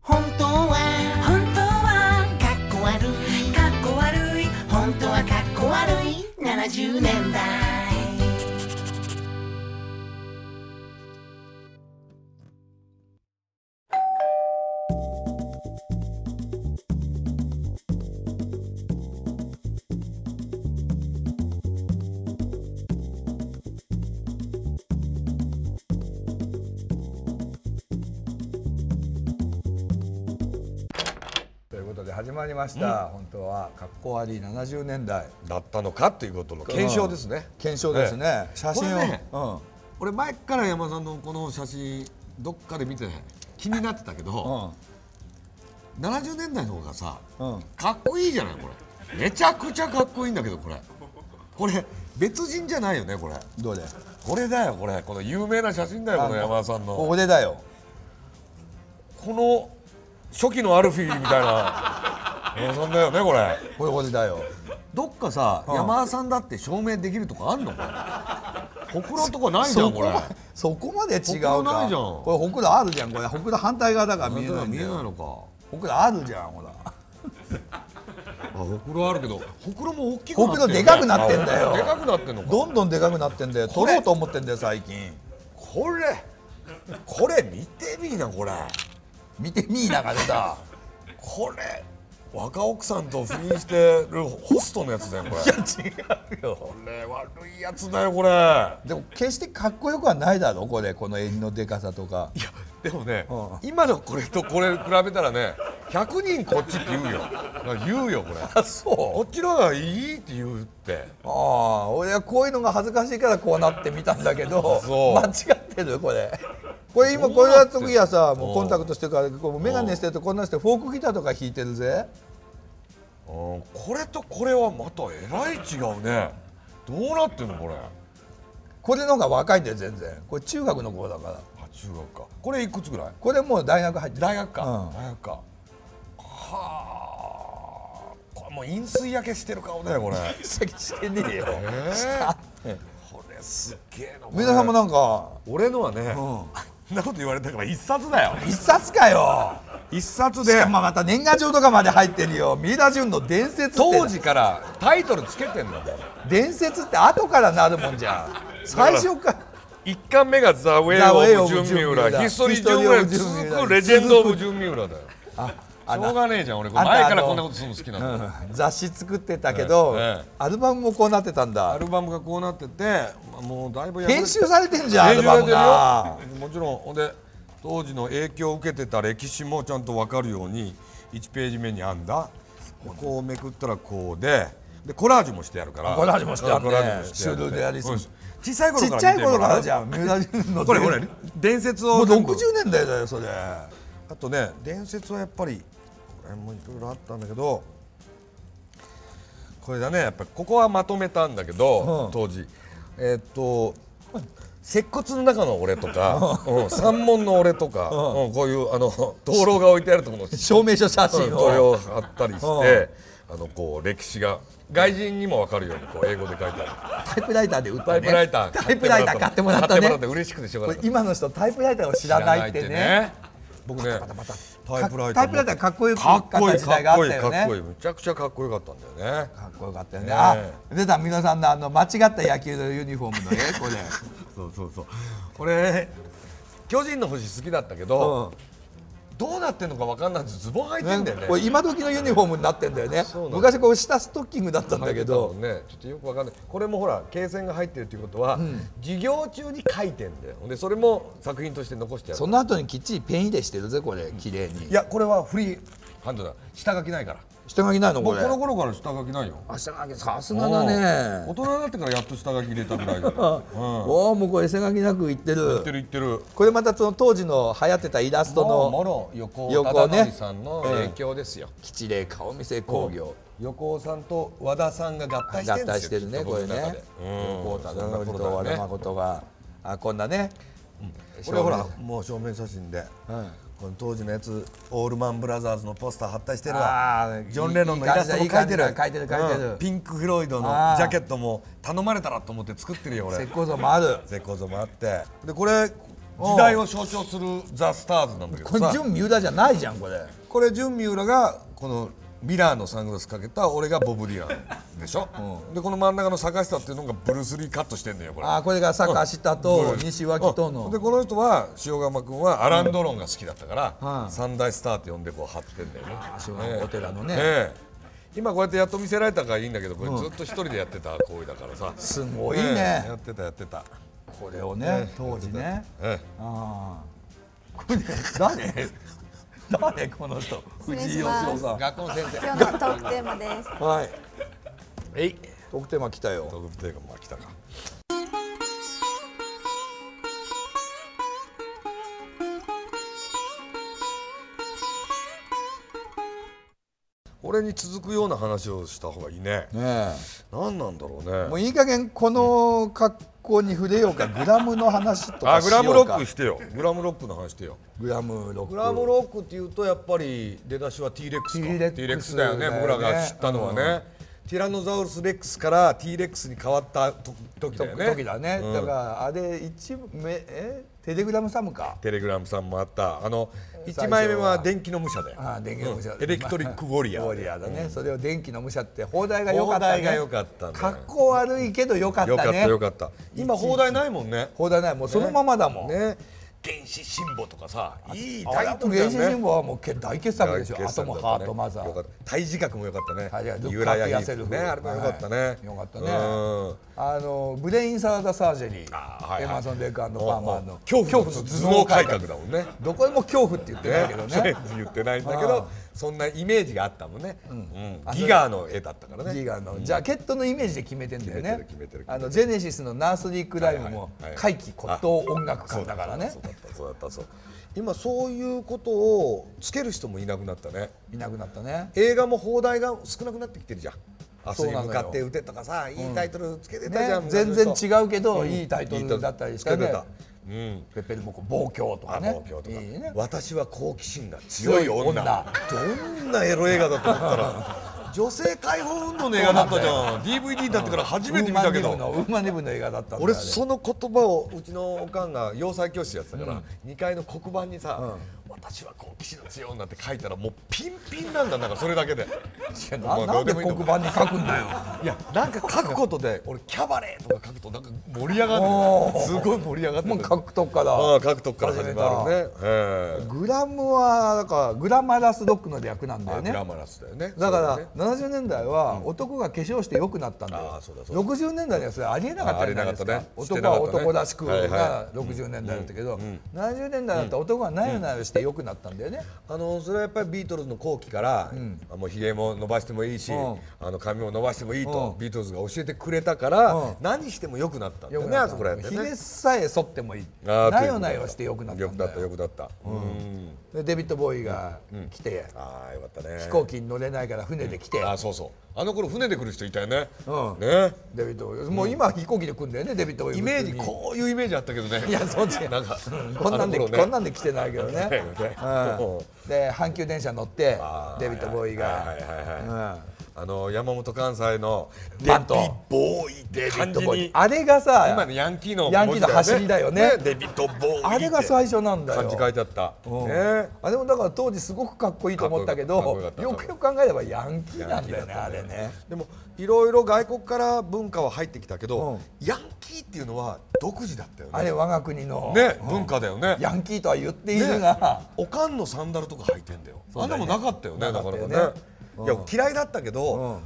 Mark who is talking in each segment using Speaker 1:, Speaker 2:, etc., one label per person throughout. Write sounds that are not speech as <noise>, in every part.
Speaker 1: 本当は
Speaker 2: 本当は
Speaker 1: かっこ悪い
Speaker 2: かっこ悪い
Speaker 1: 本当はかっこ悪い70年代
Speaker 3: ということで始まりました、本当はかっこ悪い70年代
Speaker 4: だったのかということの検証ですね。
Speaker 3: 検証ですね、写真を、
Speaker 5: これね
Speaker 3: うん
Speaker 5: 俺前から山田さんのこの写真どっかで見て気になってたけど、70年代の方がさ、
Speaker 3: うん
Speaker 5: かっこいいじゃないこれめちゃくちゃかっこいいんだけどこれこれ別人じゃないよねこれ
Speaker 3: うん、どれ
Speaker 5: これだよこれこの有名な写真だよこの山田さんの
Speaker 3: 俺だよ
Speaker 5: この初期のアルフィーみたいな山田さんだよねこれ
Speaker 3: これ俺だよ
Speaker 5: どっかさ、山田さんだって証明できるとこあんのこれほくろとかないじゃんこれ
Speaker 3: そこまでそこまで違うか
Speaker 5: ほくろないじゃん
Speaker 3: これほくろあるじゃんこれほくろ反対側だから見えないん
Speaker 5: 見え
Speaker 3: だ
Speaker 5: ない
Speaker 3: よ
Speaker 5: のか
Speaker 3: ほくろあるじゃんほら
Speaker 5: あほくろあるけどほくろも大きく
Speaker 3: ほくろでかく
Speaker 5: なっ
Speaker 3: なってて
Speaker 5: る
Speaker 3: んだよ
Speaker 5: でかくなってんのか
Speaker 3: どんどんでかくなってんだよ
Speaker 5: こ
Speaker 3: 撮
Speaker 5: れ
Speaker 3: ろうと思ってんだよ最近
Speaker 5: これこれ見てみいなこれ
Speaker 3: 見てみいながらさ
Speaker 5: これ若奥さんと不倫してるホストのやつだよこれ
Speaker 3: 違うよ
Speaker 5: これ悪いやつだよこれいや
Speaker 3: でも決してかっこよくはないだろこれこの襟のでかさとか
Speaker 5: でもね、
Speaker 3: う
Speaker 5: 今のこれとこれ比べたらね100人こっちって言うよ言うよこれ
Speaker 3: あそう
Speaker 5: こっちの方がいいって言うって
Speaker 3: ああ俺はこういうのが恥ずかしいからこうなってみたんだけど
Speaker 5: <laughs> そう
Speaker 3: 間違ってるこれこれ今
Speaker 5: ど
Speaker 3: こ
Speaker 5: う
Speaker 3: れ
Speaker 5: な
Speaker 3: は
Speaker 5: ってんの
Speaker 3: 時はさも
Speaker 5: う
Speaker 3: うんコンタクトしてるからこうメガネしてるとこんなんしてフォークギターとか弾いてるぜ
Speaker 5: あーこれとこれはまたえらい違うねどうなってんのこれ
Speaker 3: これの方が若いんだよ全然これ中学の頃だから
Speaker 5: あ中学かこれいくつぐらい
Speaker 3: これもう大学入ってる
Speaker 5: 大学か、
Speaker 3: うん
Speaker 5: 大学かはあこれもう飲水焼けしてる顔だよこ <laughs> れ
Speaker 3: 先してねえよ
Speaker 5: えー、これすっげえな
Speaker 3: 皆さんも
Speaker 5: な
Speaker 3: なんか
Speaker 5: 俺のはね、
Speaker 3: う
Speaker 5: そんなこと言われたから一冊だよ
Speaker 3: ん一冊かよ
Speaker 5: 一冊
Speaker 3: し
Speaker 5: で
Speaker 3: かもまた年賀状とかまで入ってるよ三浦淳の伝説って
Speaker 5: 当時からタイトルつけてんだもん
Speaker 3: 伝説って後からなるもんじゃん最初から
Speaker 5: 一巻目が「ザ・ウェイ・オブ・ジュン・ミューラー」「ヒストリー・ジュン・ミューラー」続く「レジェンド・オブ・ジュン・ミューラー」だよ
Speaker 3: あ
Speaker 5: しょうがねえじゃん俺こ
Speaker 3: あ
Speaker 5: れ
Speaker 3: んた
Speaker 5: 前からこんなことするの好きなんだよ
Speaker 3: うん雑誌作ってたけど、
Speaker 5: ええ
Speaker 3: アルバムもこうなってたん
Speaker 5: ア
Speaker 3: だ
Speaker 5: ルバムがこうなっててまあもうだいぶやめ
Speaker 3: 編集されてんじゃんアルバムが
Speaker 5: てるよもちろんほんで当時の影響を受けてた歴史もちゃんと分かるように1ページ目にあんだこうめくったらこうででコラージュもしてやるから
Speaker 3: コラージュもしてあるね
Speaker 5: コラージュもしてやる
Speaker 3: シュールレアリスム
Speaker 5: うん小さい
Speaker 3: ち
Speaker 5: 頃
Speaker 3: っ
Speaker 5: から
Speaker 3: ちゃい頃からじ
Speaker 5: ゃ
Speaker 3: ゃん三浦淳の
Speaker 5: これこれ伝説
Speaker 3: も
Speaker 5: を
Speaker 3: う
Speaker 5: 全部
Speaker 3: 60年代だよそれ
Speaker 5: あとね伝説はやっぱりこれもいろいろあったんだけどこれだねやっぱりここはまとめたんだけど、
Speaker 3: うん
Speaker 5: 当時えーっと接骨の中の俺とか、うん山門の俺とか、うんこういうあの灯籠が置いてあるところの
Speaker 3: 証明書写真
Speaker 5: これ
Speaker 3: を
Speaker 5: を貼ったりして、あのこう歴史が外人にも分かるようにこう英語で書いてある。
Speaker 3: タイプライターで売った
Speaker 5: タ
Speaker 3: ね
Speaker 5: イプライター
Speaker 3: タイプライター買ってもらったね
Speaker 5: 買ってもらって嬉しくてしょうが
Speaker 3: こ
Speaker 5: な
Speaker 3: れ
Speaker 5: かった
Speaker 3: 今の人タイプライターを知らないってね
Speaker 5: 僕ねタ
Speaker 3: タ
Speaker 5: イ
Speaker 3: イ
Speaker 5: プ
Speaker 3: プ
Speaker 5: ラ
Speaker 3: ラ
Speaker 5: イ
Speaker 3: イ
Speaker 5: タ
Speaker 3: タ
Speaker 5: ー
Speaker 3: ーかっこよ
Speaker 5: かっこいい
Speaker 3: 時代があったよ
Speaker 5: かっこいい
Speaker 3: ね
Speaker 5: むちゃくちゃかっこよかったんだよね
Speaker 3: かっこよかったよね
Speaker 5: ね
Speaker 3: あ出た皆さんのあの間違った野球のユニフォームの絵これ
Speaker 5: そうそうそうこれ巨人の星好きだったけど、どうなってんのかわかんないんですズボン履いてんだよね
Speaker 3: これ今時のユニフォームになってんだよね
Speaker 5: そうなんだ
Speaker 3: 昔こう下ストッキングだったんだ
Speaker 5: だ
Speaker 3: け
Speaker 5: けど
Speaker 3: ど
Speaker 5: ねちょっとよくわかんないこれもほら経線が入ってるっていうことは、授業中に書いてんだよでそれも作品として残してや
Speaker 3: そ
Speaker 5: る
Speaker 3: の後にきっちりペン入れしてるぜこれ綺麗に
Speaker 5: いやこれはフリーハンドだ下書きないから
Speaker 3: 下書きないのこ
Speaker 5: 僕
Speaker 3: れ
Speaker 5: この頃から下書きないよ
Speaker 3: あ下書きさすがだ
Speaker 5: うん大
Speaker 3: ね
Speaker 5: 人になってからやっと下書き入れたぐらいだ <laughs> から、うん、言
Speaker 3: おおもうこれ下書きなくいってる
Speaker 5: ってる言ってる
Speaker 3: これまたその当時の流行ってたイラスト
Speaker 5: も
Speaker 3: の
Speaker 5: ろ横尾
Speaker 3: 横尾ね
Speaker 5: 忠則さんの影響ですよ、
Speaker 3: 吉麗顔見せ工業
Speaker 5: 横尾さんと和田さんが合
Speaker 3: 合
Speaker 5: 体してるんで
Speaker 3: 体
Speaker 5: す
Speaker 3: し
Speaker 5: よ
Speaker 3: てる
Speaker 5: き
Speaker 3: ねこれ
Speaker 5: っと僕の中
Speaker 3: ね
Speaker 5: で
Speaker 3: 横尾忠則
Speaker 5: うん
Speaker 3: と和田誠があこんなね
Speaker 5: これほらもう証明写真で、この当時のやつオールマンブラザーズのポスター貼ったりしてる
Speaker 3: あ
Speaker 5: わ
Speaker 3: ー
Speaker 5: ジョン・レノンのイラストも
Speaker 3: いい
Speaker 5: 描い
Speaker 3: 感
Speaker 5: て
Speaker 3: じ
Speaker 5: る
Speaker 3: だいい感じだ描いてる描いてる
Speaker 5: うんピンク・フロイドの
Speaker 3: あー
Speaker 5: ジャケットも頼まれたらと思って作ってるよ俺
Speaker 3: 石膏像もある
Speaker 5: 絶好像もあってでこれ時代を象徴するザ・スターズなんだけ
Speaker 3: これ
Speaker 5: どさ
Speaker 3: 純三浦じゃないじゃんこれ
Speaker 5: これ純三浦がこのミラーのサングラスかけた俺がボブ・ディランで
Speaker 3: <laughs>
Speaker 5: しょ、でこの真ん中の坂下っていうのがブルース・リーカットしてんのよこれ
Speaker 3: ああこれが坂下と西脇と
Speaker 5: う
Speaker 3: の
Speaker 5: んでこの人は塩釜君はアラン・ドロンが好きだったから、
Speaker 3: うん
Speaker 5: 三大スターって呼んでこう貼ってんだよね、
Speaker 3: そうなんだお寺のね
Speaker 5: ええ今こうやってやっと見せられたからいいんだけどこれずっと一人でやってた行為だからさ
Speaker 3: すごい
Speaker 5: ええや
Speaker 3: ね
Speaker 5: ってたやってた、
Speaker 3: これをね当時ね
Speaker 5: え
Speaker 3: ああこれ誰誰この人
Speaker 6: 失礼します
Speaker 4: ん学校の先
Speaker 6: 今日のトークテーマです
Speaker 3: はい
Speaker 4: 生えい
Speaker 3: トークテーマ来た
Speaker 5: え、
Speaker 3: よ
Speaker 5: トグテーマ来たか俺に続くような話をした方がいいね
Speaker 3: ね
Speaker 5: 何なんだろうね
Speaker 3: えもういい加減この格好に触れよう
Speaker 5: <laughs>
Speaker 3: かグラムの話とか
Speaker 5: あグ
Speaker 3: しよ
Speaker 5: ラ
Speaker 3: うか
Speaker 5: ムロックしてよグラムロックの話してよ
Speaker 3: グラムロック
Speaker 4: グラムロックっていうとやっぱり出だしは T レックスか
Speaker 3: T レックス
Speaker 4: T レックスだよね
Speaker 3: だよね
Speaker 4: 僕らが知ったのはねティラノザウルスレックスから T レックスに変わった時時だよね
Speaker 3: 時だね、だからあれ一部めえテレグラムサムか
Speaker 5: テレグラムさんもあったあの
Speaker 3: 最初は
Speaker 5: 1枚目は電気の武者だよ
Speaker 3: あ電気の武者、
Speaker 5: うんエレクトリックウォリアー
Speaker 3: ウォリアーだね、それを電気の武者って放題が良かったね
Speaker 5: 放題が良かったね
Speaker 3: 格好悪いけど良かったね
Speaker 5: よかったよかった今放題ないもんね
Speaker 3: 放題ないもうそのままだもん、
Speaker 5: ね原始神母とかさいい
Speaker 3: あ
Speaker 5: タ
Speaker 3: れ
Speaker 5: イト
Speaker 3: と
Speaker 5: ル
Speaker 3: 原
Speaker 5: だよ
Speaker 3: 始
Speaker 5: ね
Speaker 3: 神話はもうけ大傑作でしょ、アトム、ハート、マザ
Speaker 5: よかっ
Speaker 3: ー
Speaker 5: た体自覚もよかったね
Speaker 3: はい
Speaker 5: 井
Speaker 3: ルッ
Speaker 5: 浦
Speaker 3: クアップ
Speaker 5: ヤ
Speaker 3: や
Speaker 5: ヒ
Speaker 3: セルフ
Speaker 5: ねあれもよかったね
Speaker 3: はいよかったね
Speaker 5: うん
Speaker 3: あのブレインサラダサージェリー
Speaker 5: あーはいはい
Speaker 3: エマソン・デックアンド・ファーマーの
Speaker 5: 恐怖の頭脳改革だもんね
Speaker 3: どこでも恐怖って言ってないけ <laughs>
Speaker 5: <laughs>
Speaker 3: ど
Speaker 5: そう
Speaker 3: ね
Speaker 5: やって言ってないんだけ
Speaker 3: ああ
Speaker 5: どそんなイメージがあったもんね、うんギガーの絵だったから
Speaker 3: ギ
Speaker 5: ね
Speaker 3: ガのジャケットのイメージで決めてんだよね
Speaker 5: 決めてる決めてる決めてる
Speaker 3: あのジェネシスのナースリークライムも
Speaker 5: はいはい
Speaker 3: 怪奇骨董音楽館だからね
Speaker 5: そうだったそうだったそう今そういうことをつける人もいなくなったね
Speaker 3: いなくなったね
Speaker 5: 映画も放題が少なくなってきてるじゃん明日
Speaker 3: そうなのよ
Speaker 5: に向かって打てとかさいいタイトルつけてたじゃ
Speaker 3: ね
Speaker 5: ん、
Speaker 3: 全然違
Speaker 5: う
Speaker 3: うけど、いいタイトルだったりした
Speaker 5: つけ
Speaker 3: ね
Speaker 5: てたうん
Speaker 3: ペッペルモコ暴挙とか
Speaker 5: あ
Speaker 3: ね
Speaker 5: 望郷とか、
Speaker 3: いいね
Speaker 5: 私は好奇心が強い女
Speaker 3: 強い女
Speaker 5: どんなエロ映画だと思ったら女性解放運動の映画だったじゃん DVD になってから初めて見たけ
Speaker 3: ウーマンニブの
Speaker 5: ど
Speaker 3: ウーマンニブの映画だったんだ
Speaker 5: 俺
Speaker 3: あれ
Speaker 5: その言葉をうちのおかんが洋裁教室やってたから、2階の黒板にさ、私は好奇心が強い女」って書いたらもうピンピンなんだなんかそれだけで
Speaker 3: いやななんで黒板に書くんだよ
Speaker 5: いやなんか書くことで俺キャバレーとか書くとなんか盛り上が
Speaker 3: お
Speaker 5: る
Speaker 3: ー
Speaker 5: すごい盛り上がって
Speaker 3: もう書くとこか
Speaker 5: あ
Speaker 3: ら
Speaker 5: あ書くとこから始まるねへえ
Speaker 3: グラムはだからグラマラスドッグの略なんだよ
Speaker 5: あグ
Speaker 3: ね
Speaker 5: ラマラスだよね
Speaker 3: だから、
Speaker 5: そうね
Speaker 3: 70年代は男が化粧して良くなったんだよ、
Speaker 5: あーそうだそうだ
Speaker 3: 60年代にはそれありえなかったじゃないです
Speaker 5: ああ
Speaker 3: か
Speaker 5: りえなかったね
Speaker 3: 男は男らしく
Speaker 5: してなか
Speaker 3: が
Speaker 5: っ
Speaker 3: 60年代だったけど、70年代だったら男がなよなよして良くなったんだよね、
Speaker 5: あのそれはやっぱりビートルズの後期から、あもうひげも伸ばしてもいいし、
Speaker 3: うん
Speaker 5: あの髪も伸ばしてもいいと、
Speaker 3: うん
Speaker 5: ビートルズが教えてくれたから、
Speaker 3: うん
Speaker 5: 何しても良くなったんだ
Speaker 3: よ
Speaker 5: よ
Speaker 3: く
Speaker 5: ね
Speaker 3: な
Speaker 5: あ
Speaker 3: っ
Speaker 5: そ
Speaker 3: た
Speaker 5: こら辺
Speaker 3: ひ
Speaker 5: で
Speaker 3: げ
Speaker 5: ね。
Speaker 3: さえ剃ってもいい
Speaker 5: あー
Speaker 3: なよなよして良くなった
Speaker 5: 良
Speaker 3: ん
Speaker 5: くな
Speaker 3: だ
Speaker 5: った良
Speaker 3: よ
Speaker 5: くなった。うん
Speaker 3: でデビッド・ボーイが来て、
Speaker 5: ああよかったね。
Speaker 3: 飛行機に乗れないから船で来て、
Speaker 5: あーそうそう。あの頃船で来る人いたよね。
Speaker 3: うん
Speaker 5: ね。
Speaker 3: デビッド・ボーイもう今飛行機で来るんだよねデビッド・ボーイ
Speaker 5: イメージ
Speaker 3: 普通に
Speaker 5: こういうイメージあったけどね。
Speaker 3: いやそっち
Speaker 5: なんか
Speaker 3: こんなんで、
Speaker 5: あの頃ね
Speaker 3: こんなんで来てないけど
Speaker 5: <laughs>
Speaker 3: ね。
Speaker 5: だよね
Speaker 3: うん、で阪急電車乗って
Speaker 5: あー
Speaker 3: デビッドボーイ
Speaker 5: はい
Speaker 3: が。
Speaker 5: はいはいはい。
Speaker 3: うん
Speaker 5: あの山本関西のデビ
Speaker 3: バント
Speaker 5: ボーイデ
Speaker 3: デビ
Speaker 5: ビ
Speaker 3: ッ
Speaker 5: ッ
Speaker 3: ド
Speaker 5: ド
Speaker 3: ボ
Speaker 5: ボ
Speaker 3: ーイ
Speaker 5: ーイ
Speaker 3: あれがさ
Speaker 5: 今のヤンキーの
Speaker 3: ヤンキーの走りだよね
Speaker 5: デビッド・ボーイ
Speaker 3: あれが最初なんだよ
Speaker 5: 漢字書いてあった、
Speaker 3: うん
Speaker 5: ね
Speaker 3: あれもだから当時すごくかっこいいと思ったけど
Speaker 5: かっこよかった
Speaker 3: よくよく考えればヤンキーなんだよねあれね
Speaker 5: でもいろいろ外国から文化は入ってきたけど、
Speaker 3: う
Speaker 5: ヤンキーっていうのは独自だったよね
Speaker 3: あれ我が国の、
Speaker 5: ね、文化だよね
Speaker 3: ヤンキーとは言っているが、
Speaker 5: おかんのサンダルとか履いてんだよ
Speaker 3: う
Speaker 5: あん
Speaker 3: だ
Speaker 5: な
Speaker 3: よ
Speaker 5: も
Speaker 3: ね
Speaker 5: んなかったよね
Speaker 3: なか
Speaker 5: な
Speaker 3: った
Speaker 5: かな
Speaker 3: よ
Speaker 5: か
Speaker 3: ね
Speaker 5: ねいや嫌いだったけど、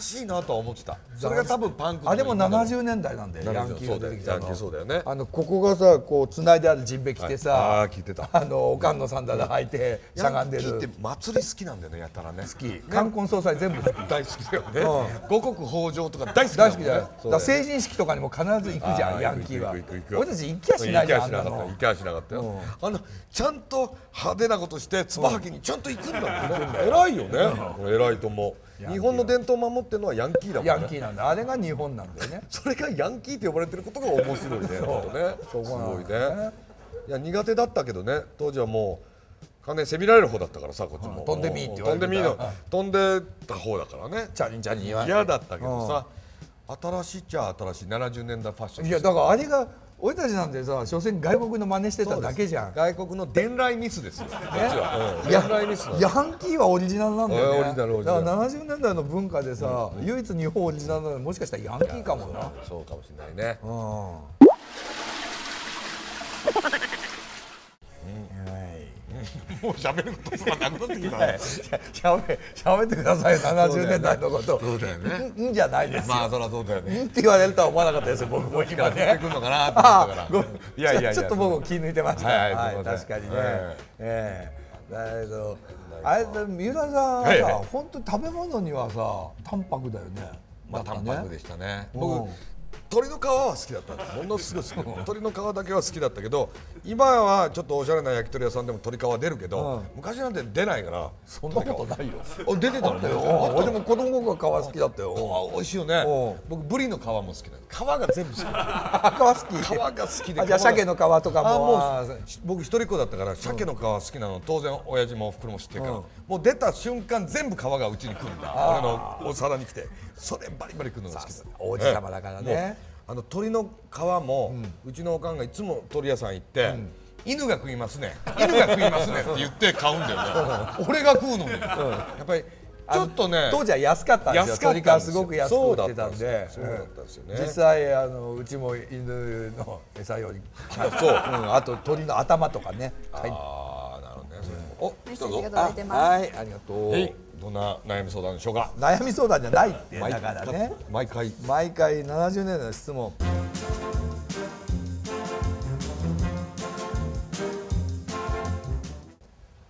Speaker 5: 新しいなとは思ってたそれが多分パンクの
Speaker 3: あれも
Speaker 5: 今の
Speaker 3: 70年代なんだよヤンキーが出てきたの
Speaker 5: そうだよね
Speaker 3: あのここがさこう繋いであるジンベ着てさ、
Speaker 5: はいあー聞いてた
Speaker 3: あのおかんのサンダル履いて <laughs> しゃがんで
Speaker 5: ヤンキー
Speaker 3: る
Speaker 5: って祭り好きなんだよねやたらね好き
Speaker 3: 冠婚葬祭全部好き
Speaker 5: 大好きだよね、五穀豊穣とか大好き
Speaker 3: 大
Speaker 5: だ
Speaker 3: 好
Speaker 5: も
Speaker 3: き
Speaker 5: んね
Speaker 3: だよ。だ
Speaker 5: そう
Speaker 3: か
Speaker 5: だ
Speaker 3: ら
Speaker 5: よね
Speaker 3: 成人式とかにも必ず行くじゃ
Speaker 5: あ
Speaker 3: ん、
Speaker 5: ー
Speaker 3: ヤンキーは
Speaker 5: 行く行く行。く
Speaker 3: 俺たち行きやしないじゃん、あんな
Speaker 5: 行
Speaker 3: の。
Speaker 5: きやしなかったよ行きやしなかったよあのちゃんと派手なことしてつばはきにちゃんと行くんだもんね偉いよねこれ偉いと思う日本の伝統を守ってるのはヤンキーだ
Speaker 3: ヤ
Speaker 5: も
Speaker 3: ン
Speaker 5: ん
Speaker 3: キ
Speaker 5: ね
Speaker 3: ーなんだ、あれが日本なんだよね。
Speaker 5: それがヤンキーって呼ばれてることが面白いねほんとねす
Speaker 3: そこなん
Speaker 5: ごい
Speaker 3: だよね
Speaker 5: ねいや苦手だったけどね当時はもう完全に責められる方だったからさこっちも
Speaker 3: 飛んでみーって言われてた
Speaker 5: 飛んでみーの飛んでた方だからね
Speaker 3: チャリンチャリン言われて
Speaker 5: 嫌だったけどさ新しいっちゃ新しい70年代ファッション
Speaker 3: いや、だからあれが俺たちなんてさ所詮外国の真似してただけじゃん
Speaker 4: 外国の伝来ミスですよこっちはうん
Speaker 3: いや
Speaker 4: 伝来ミスなんです
Speaker 3: ヤンキーはオリジナルなんだよ、ね、
Speaker 4: えーオリジナルオリジナル
Speaker 3: だから70年代の文化でさ、唯一日本オリジナルなのもしかしたらヤンキーかもな
Speaker 4: そうかもしれないね
Speaker 5: もう喋ることすらなくなってき
Speaker 3: <laughs>
Speaker 5: たね
Speaker 3: しゃべしゃべってください70年代のこと
Speaker 5: そうだよね
Speaker 3: んんじゃないですよ、
Speaker 5: まあそりゃそうだよね
Speaker 3: んって言われるとは思わなかったですよ僕も今
Speaker 5: やって
Speaker 3: ね
Speaker 5: くんのかなと思った
Speaker 3: あ
Speaker 5: か
Speaker 3: ー <laughs> ご
Speaker 5: ら
Speaker 3: めん
Speaker 5: いやいやいや
Speaker 3: ちょちょっと僕気抜いてました
Speaker 5: はいはいすいませ
Speaker 3: 確
Speaker 5: ん
Speaker 3: かにね、
Speaker 5: はい
Speaker 3: ええだけどあれだ三浦さんは
Speaker 5: はい
Speaker 3: さ、
Speaker 5: はい
Speaker 3: 本当に食べ物にはさ淡白だよね
Speaker 5: まあ
Speaker 3: だ
Speaker 5: 淡
Speaker 3: ったね
Speaker 5: 白でしたね
Speaker 3: うん
Speaker 5: 僕鳥の皮は好きだったん
Speaker 3: <laughs>
Speaker 5: ですものすごい好きだった鳥の皮だけは好きだったけど今はちょっとおしゃれな焼き鳥屋さんでも鳥皮出るけど
Speaker 3: う
Speaker 5: 昔なんて出ないから
Speaker 3: そんなことないよ
Speaker 5: あ出てた
Speaker 3: あ
Speaker 5: ん
Speaker 3: った
Speaker 5: だ
Speaker 3: よ
Speaker 5: よ
Speaker 3: 俺も子供の頃皮好きだったよ
Speaker 5: 美味しいよね
Speaker 3: うん
Speaker 5: 僕ブリの皮も好きなんです皮が全 <laughs> 部好き皮
Speaker 3: あ皮好き
Speaker 5: が好きで
Speaker 3: あじゃあ鮭の皮とか
Speaker 5: あ
Speaker 3: も
Speaker 5: も
Speaker 3: あ
Speaker 5: う僕一人っ子だったから鮭の皮好きなの当然親父もおふくろも知ってるから、もう出た瞬間全部皮がうちに来るんだ俺のお皿に来てそれバリバリ来るのが好きだ
Speaker 3: 王子様だからね
Speaker 5: もうあの鳥の皮も、うちのおかんがいつも鳥屋さん行って、犬が食いますね犬が食いますねって言って買うんだよね俺が食うのに、やっぱりちょっとね
Speaker 3: 当時は安かったんですよ
Speaker 5: 安かったんです
Speaker 3: 鶏皮す
Speaker 5: よ
Speaker 3: ごく安く売ってたんで
Speaker 5: そうだったんです
Speaker 3: う
Speaker 5: よそうだったんですよね
Speaker 3: 実際あのうちも犬の餌より
Speaker 5: そうん
Speaker 3: あと鳥の頭とかねはい
Speaker 5: ああなるほどね、お
Speaker 6: メ
Speaker 5: 来
Speaker 6: ッセ
Speaker 5: た
Speaker 6: ージ
Speaker 5: ぞ
Speaker 6: が
Speaker 3: あ
Speaker 6: 届いてます。
Speaker 3: はいありがとう
Speaker 5: はいどんな悩み相談でしょうか
Speaker 3: 悩み相談じゃないってだからね
Speaker 5: 毎回
Speaker 3: 毎回70年代の質問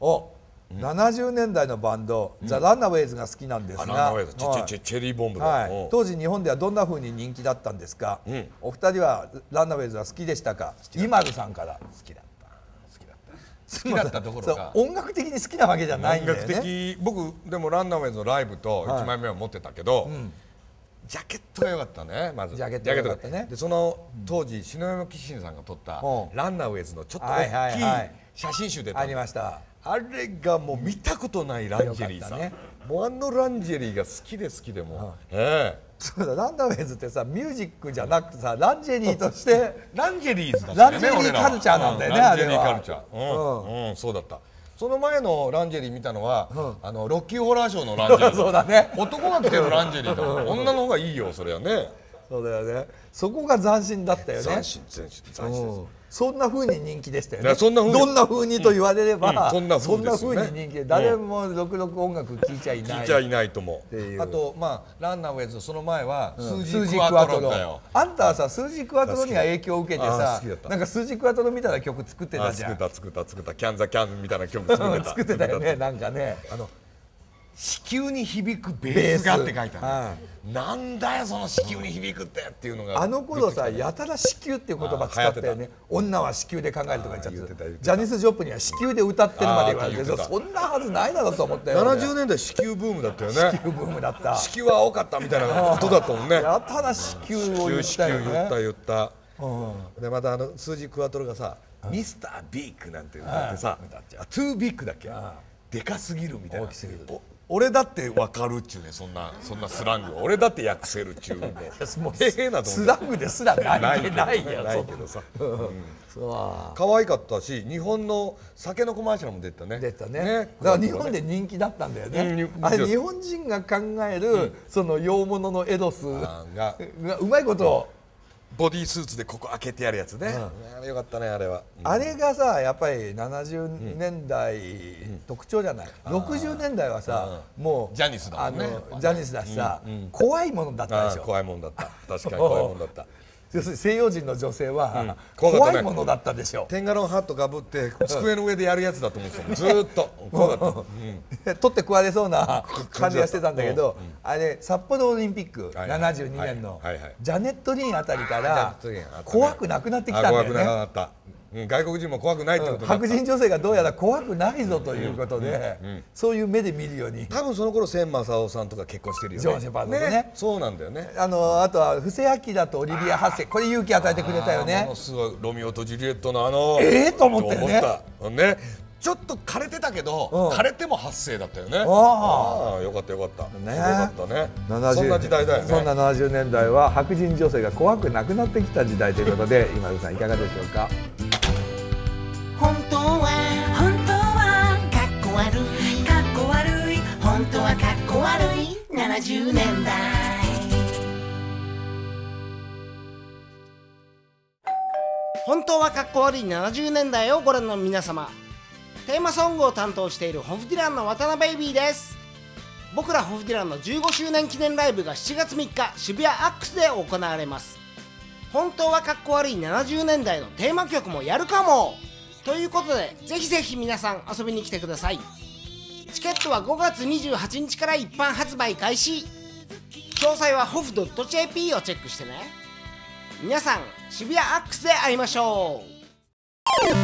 Speaker 3: お、70年代のバンド、ザ・ランナウェイズが好きなんですが
Speaker 5: あランナウェイズチェ
Speaker 3: はい
Speaker 5: チェチェリーボンブだ
Speaker 3: は
Speaker 5: うん
Speaker 3: い、当時日本ではどんな風に人気だったんですか、
Speaker 5: ん
Speaker 3: お二人はランナウェイズは好きでしたかイマルさんから好きだった好きだった好きだった
Speaker 5: ところか
Speaker 3: 音楽的に好きなわけじゃないん
Speaker 5: 音
Speaker 3: だ
Speaker 5: 楽
Speaker 3: よね
Speaker 5: 的僕でもランナウェイズのライブと
Speaker 3: はい
Speaker 5: 1枚目は持ってたけど、ジャケットが良かったねまず
Speaker 3: ジャケットが良かったね
Speaker 5: ジャケットでその当時篠山紀信さんが撮った
Speaker 3: うん
Speaker 5: ランナウェイズのちょっと
Speaker 3: はいは
Speaker 5: 大き
Speaker 3: い
Speaker 5: い
Speaker 3: はい
Speaker 5: 写真集出た
Speaker 3: あり
Speaker 5: の
Speaker 3: ました
Speaker 5: あれがもう見たことないランジェリー
Speaker 3: 良
Speaker 5: さ
Speaker 3: か
Speaker 5: ん、
Speaker 3: ったね
Speaker 5: もうあのランジェリーが好きで好きでもう、ええ
Speaker 3: そうだランダムウェイズってさミュージックじゃなくてさランジェリーとして
Speaker 5: ランジェリーズだった
Speaker 3: ラ
Speaker 5: よ
Speaker 3: ン
Speaker 5: ね
Speaker 3: ジェリーカルチャーなんだよね
Speaker 5: 俺らは
Speaker 3: あれは
Speaker 5: ランジェリーカルチャーうん、うん、そうだったその前のランジェリー見たのは、あのロッキーホラーショーのランジェリ
Speaker 3: <laughs>
Speaker 5: ー
Speaker 3: そうだね
Speaker 5: 男が着てるランジェリーだもん女の方がいいよそれはね
Speaker 3: そうだよねそこが斬新だったよね
Speaker 5: 斬新斬新斬新です
Speaker 3: うんそんな風に人気でしたよ
Speaker 5: い
Speaker 3: ね
Speaker 5: やそんな風に
Speaker 3: どんな風にと言われれば、
Speaker 5: うんうんそんな風
Speaker 3: そん
Speaker 5: で
Speaker 3: な
Speaker 5: すよね
Speaker 3: 風に人気で誰もろくろく音楽聴いちゃいない
Speaker 5: 聞いちゃいないとも
Speaker 3: ていう
Speaker 5: あとまあランナーウェイズのその前は
Speaker 3: うん
Speaker 5: 数字クワトロだよ
Speaker 3: あんたはさ数字クワトロには影響を受けて
Speaker 5: あ
Speaker 3: さ
Speaker 5: 好きだった
Speaker 3: なんか数字クワトロみたいな曲作って
Speaker 5: あ
Speaker 3: たじゃ
Speaker 5: 作っ
Speaker 3: ん
Speaker 5: た作った作ったキャンザキャンみたいな曲作って
Speaker 3: うん
Speaker 5: た
Speaker 3: 作ってたよねなんかね
Speaker 5: あの子宮に響くベースがって書いてある、なんだよその子宮に響くってっていうのが
Speaker 3: あの頃さやたら子宮っていう言葉使ったよね女は子宮で考えるとか言っちゃっ
Speaker 5: あー言ってた言っててた
Speaker 3: ジャニス・ジョプには子宮で歌ってるまで言われて
Speaker 5: あー言ってた
Speaker 3: そんなはずないだろうと思ったよ、
Speaker 5: 70年代子宮ブームだったよね
Speaker 3: 子宮ブームだった
Speaker 5: 子宮は青かったみたいなことだったもんね
Speaker 3: やたら子宮を言っ
Speaker 5: 子
Speaker 3: たよ
Speaker 5: 宮言
Speaker 3: ね
Speaker 5: った言ったでまたあの数字クワトロがさ「ミスタービーク」なんて歌ってさ「あトゥービーク」だっけでかすぎるみたいな
Speaker 3: 大きすぎる
Speaker 5: お俺だってわかるっちゅうねそんなそんなスラング俺だって訳せるっちゅうね
Speaker 3: もう
Speaker 5: へへなと思
Speaker 3: ス
Speaker 5: っ
Speaker 3: ラ
Speaker 5: て
Speaker 3: ングですら <laughs> ないけどないよ
Speaker 5: ないけどさ
Speaker 3: そう
Speaker 5: 可愛かったし日本の酒のコマーシャルも出てたね
Speaker 3: 出たねだから日本で人気だったんだよね、
Speaker 5: うん
Speaker 3: あれ日本人が考える、その洋物のエロス
Speaker 5: あーが
Speaker 3: がうまいことを
Speaker 5: ボディースーツでここ開けてやるやつね、うんよかったねあれは、うん
Speaker 3: あれがさやっぱり70年代特徴じゃない、60年代はさ、もう
Speaker 5: ジャニスだもんね
Speaker 3: あの
Speaker 5: やっぱね
Speaker 3: ジャニスだしさ、怖いものだった
Speaker 5: あ
Speaker 3: でし
Speaker 5: ー
Speaker 3: ょ
Speaker 5: 怖いもんだった確
Speaker 3: <laughs>
Speaker 5: かに怖いもんだった
Speaker 3: 要するに西洋人の女性は、
Speaker 5: 怖かっ
Speaker 3: 怖
Speaker 5: たね
Speaker 3: いものだったでしょ
Speaker 5: テンガロンハットかぶって机の上でやるやつだと思ってたもん <laughs> ずーっと怖かった、うん
Speaker 3: 取って食われそうな感じ
Speaker 5: 感じ
Speaker 3: が
Speaker 5: だった
Speaker 3: してたんだけど、あれ札幌オリンピック
Speaker 5: はいはい
Speaker 3: 72年の
Speaker 5: はいはい
Speaker 3: ジャネット・リンあたりか
Speaker 5: あ
Speaker 3: ら
Speaker 5: ージャネットリンあったね
Speaker 3: 怖くなくなってきたんだ
Speaker 5: あ怖くな
Speaker 3: よね。
Speaker 5: かった、うん、外国人も怖くないってことになった
Speaker 3: 白人女性がどうやら怖くないぞということで、そういう目で見るように。
Speaker 5: 多分その頃千正夫さんとか結婚してるよね
Speaker 3: ジョンシェパードとね
Speaker 5: そうなんだよね
Speaker 3: あのあとは布施明とオリビア・ハッセこれ勇気与えてくれたよ
Speaker 5: あーも
Speaker 3: ね
Speaker 5: のすごいロミオとジュリエットのあの
Speaker 3: えーと思ったよね
Speaker 5: と思ったねちょっと枯れてたけ
Speaker 3: うん
Speaker 5: ど枯れても発生だったよね
Speaker 3: あ
Speaker 5: ああよかったよかった
Speaker 3: ね
Speaker 5: すごかったね
Speaker 3: 70
Speaker 5: そんな時代だよね
Speaker 3: そんな70年代は白人女性が怖くなくなってきた時代ということで今田さんいかがでしょうか
Speaker 1: 本当は
Speaker 2: 本当は
Speaker 1: かっこ悪い
Speaker 2: かっこ悪い
Speaker 1: 本当はかっこ悪い70年代
Speaker 7: 本当はかっこ悪い70年代をご覧の皆様テーマソングを担当しているホフディランの渡辺ベイビーです僕らホフディランの15周年記念ライブが7月3日渋谷アックスで行われます本当はかっこ悪い70年代のテーマ曲もやるかもということでぜひぜひ皆さん遊びに来てくださいチケットは5月28日から一般発売開始詳細はホフ .jp をチェックしてね皆さん渋谷アックスで会いましょう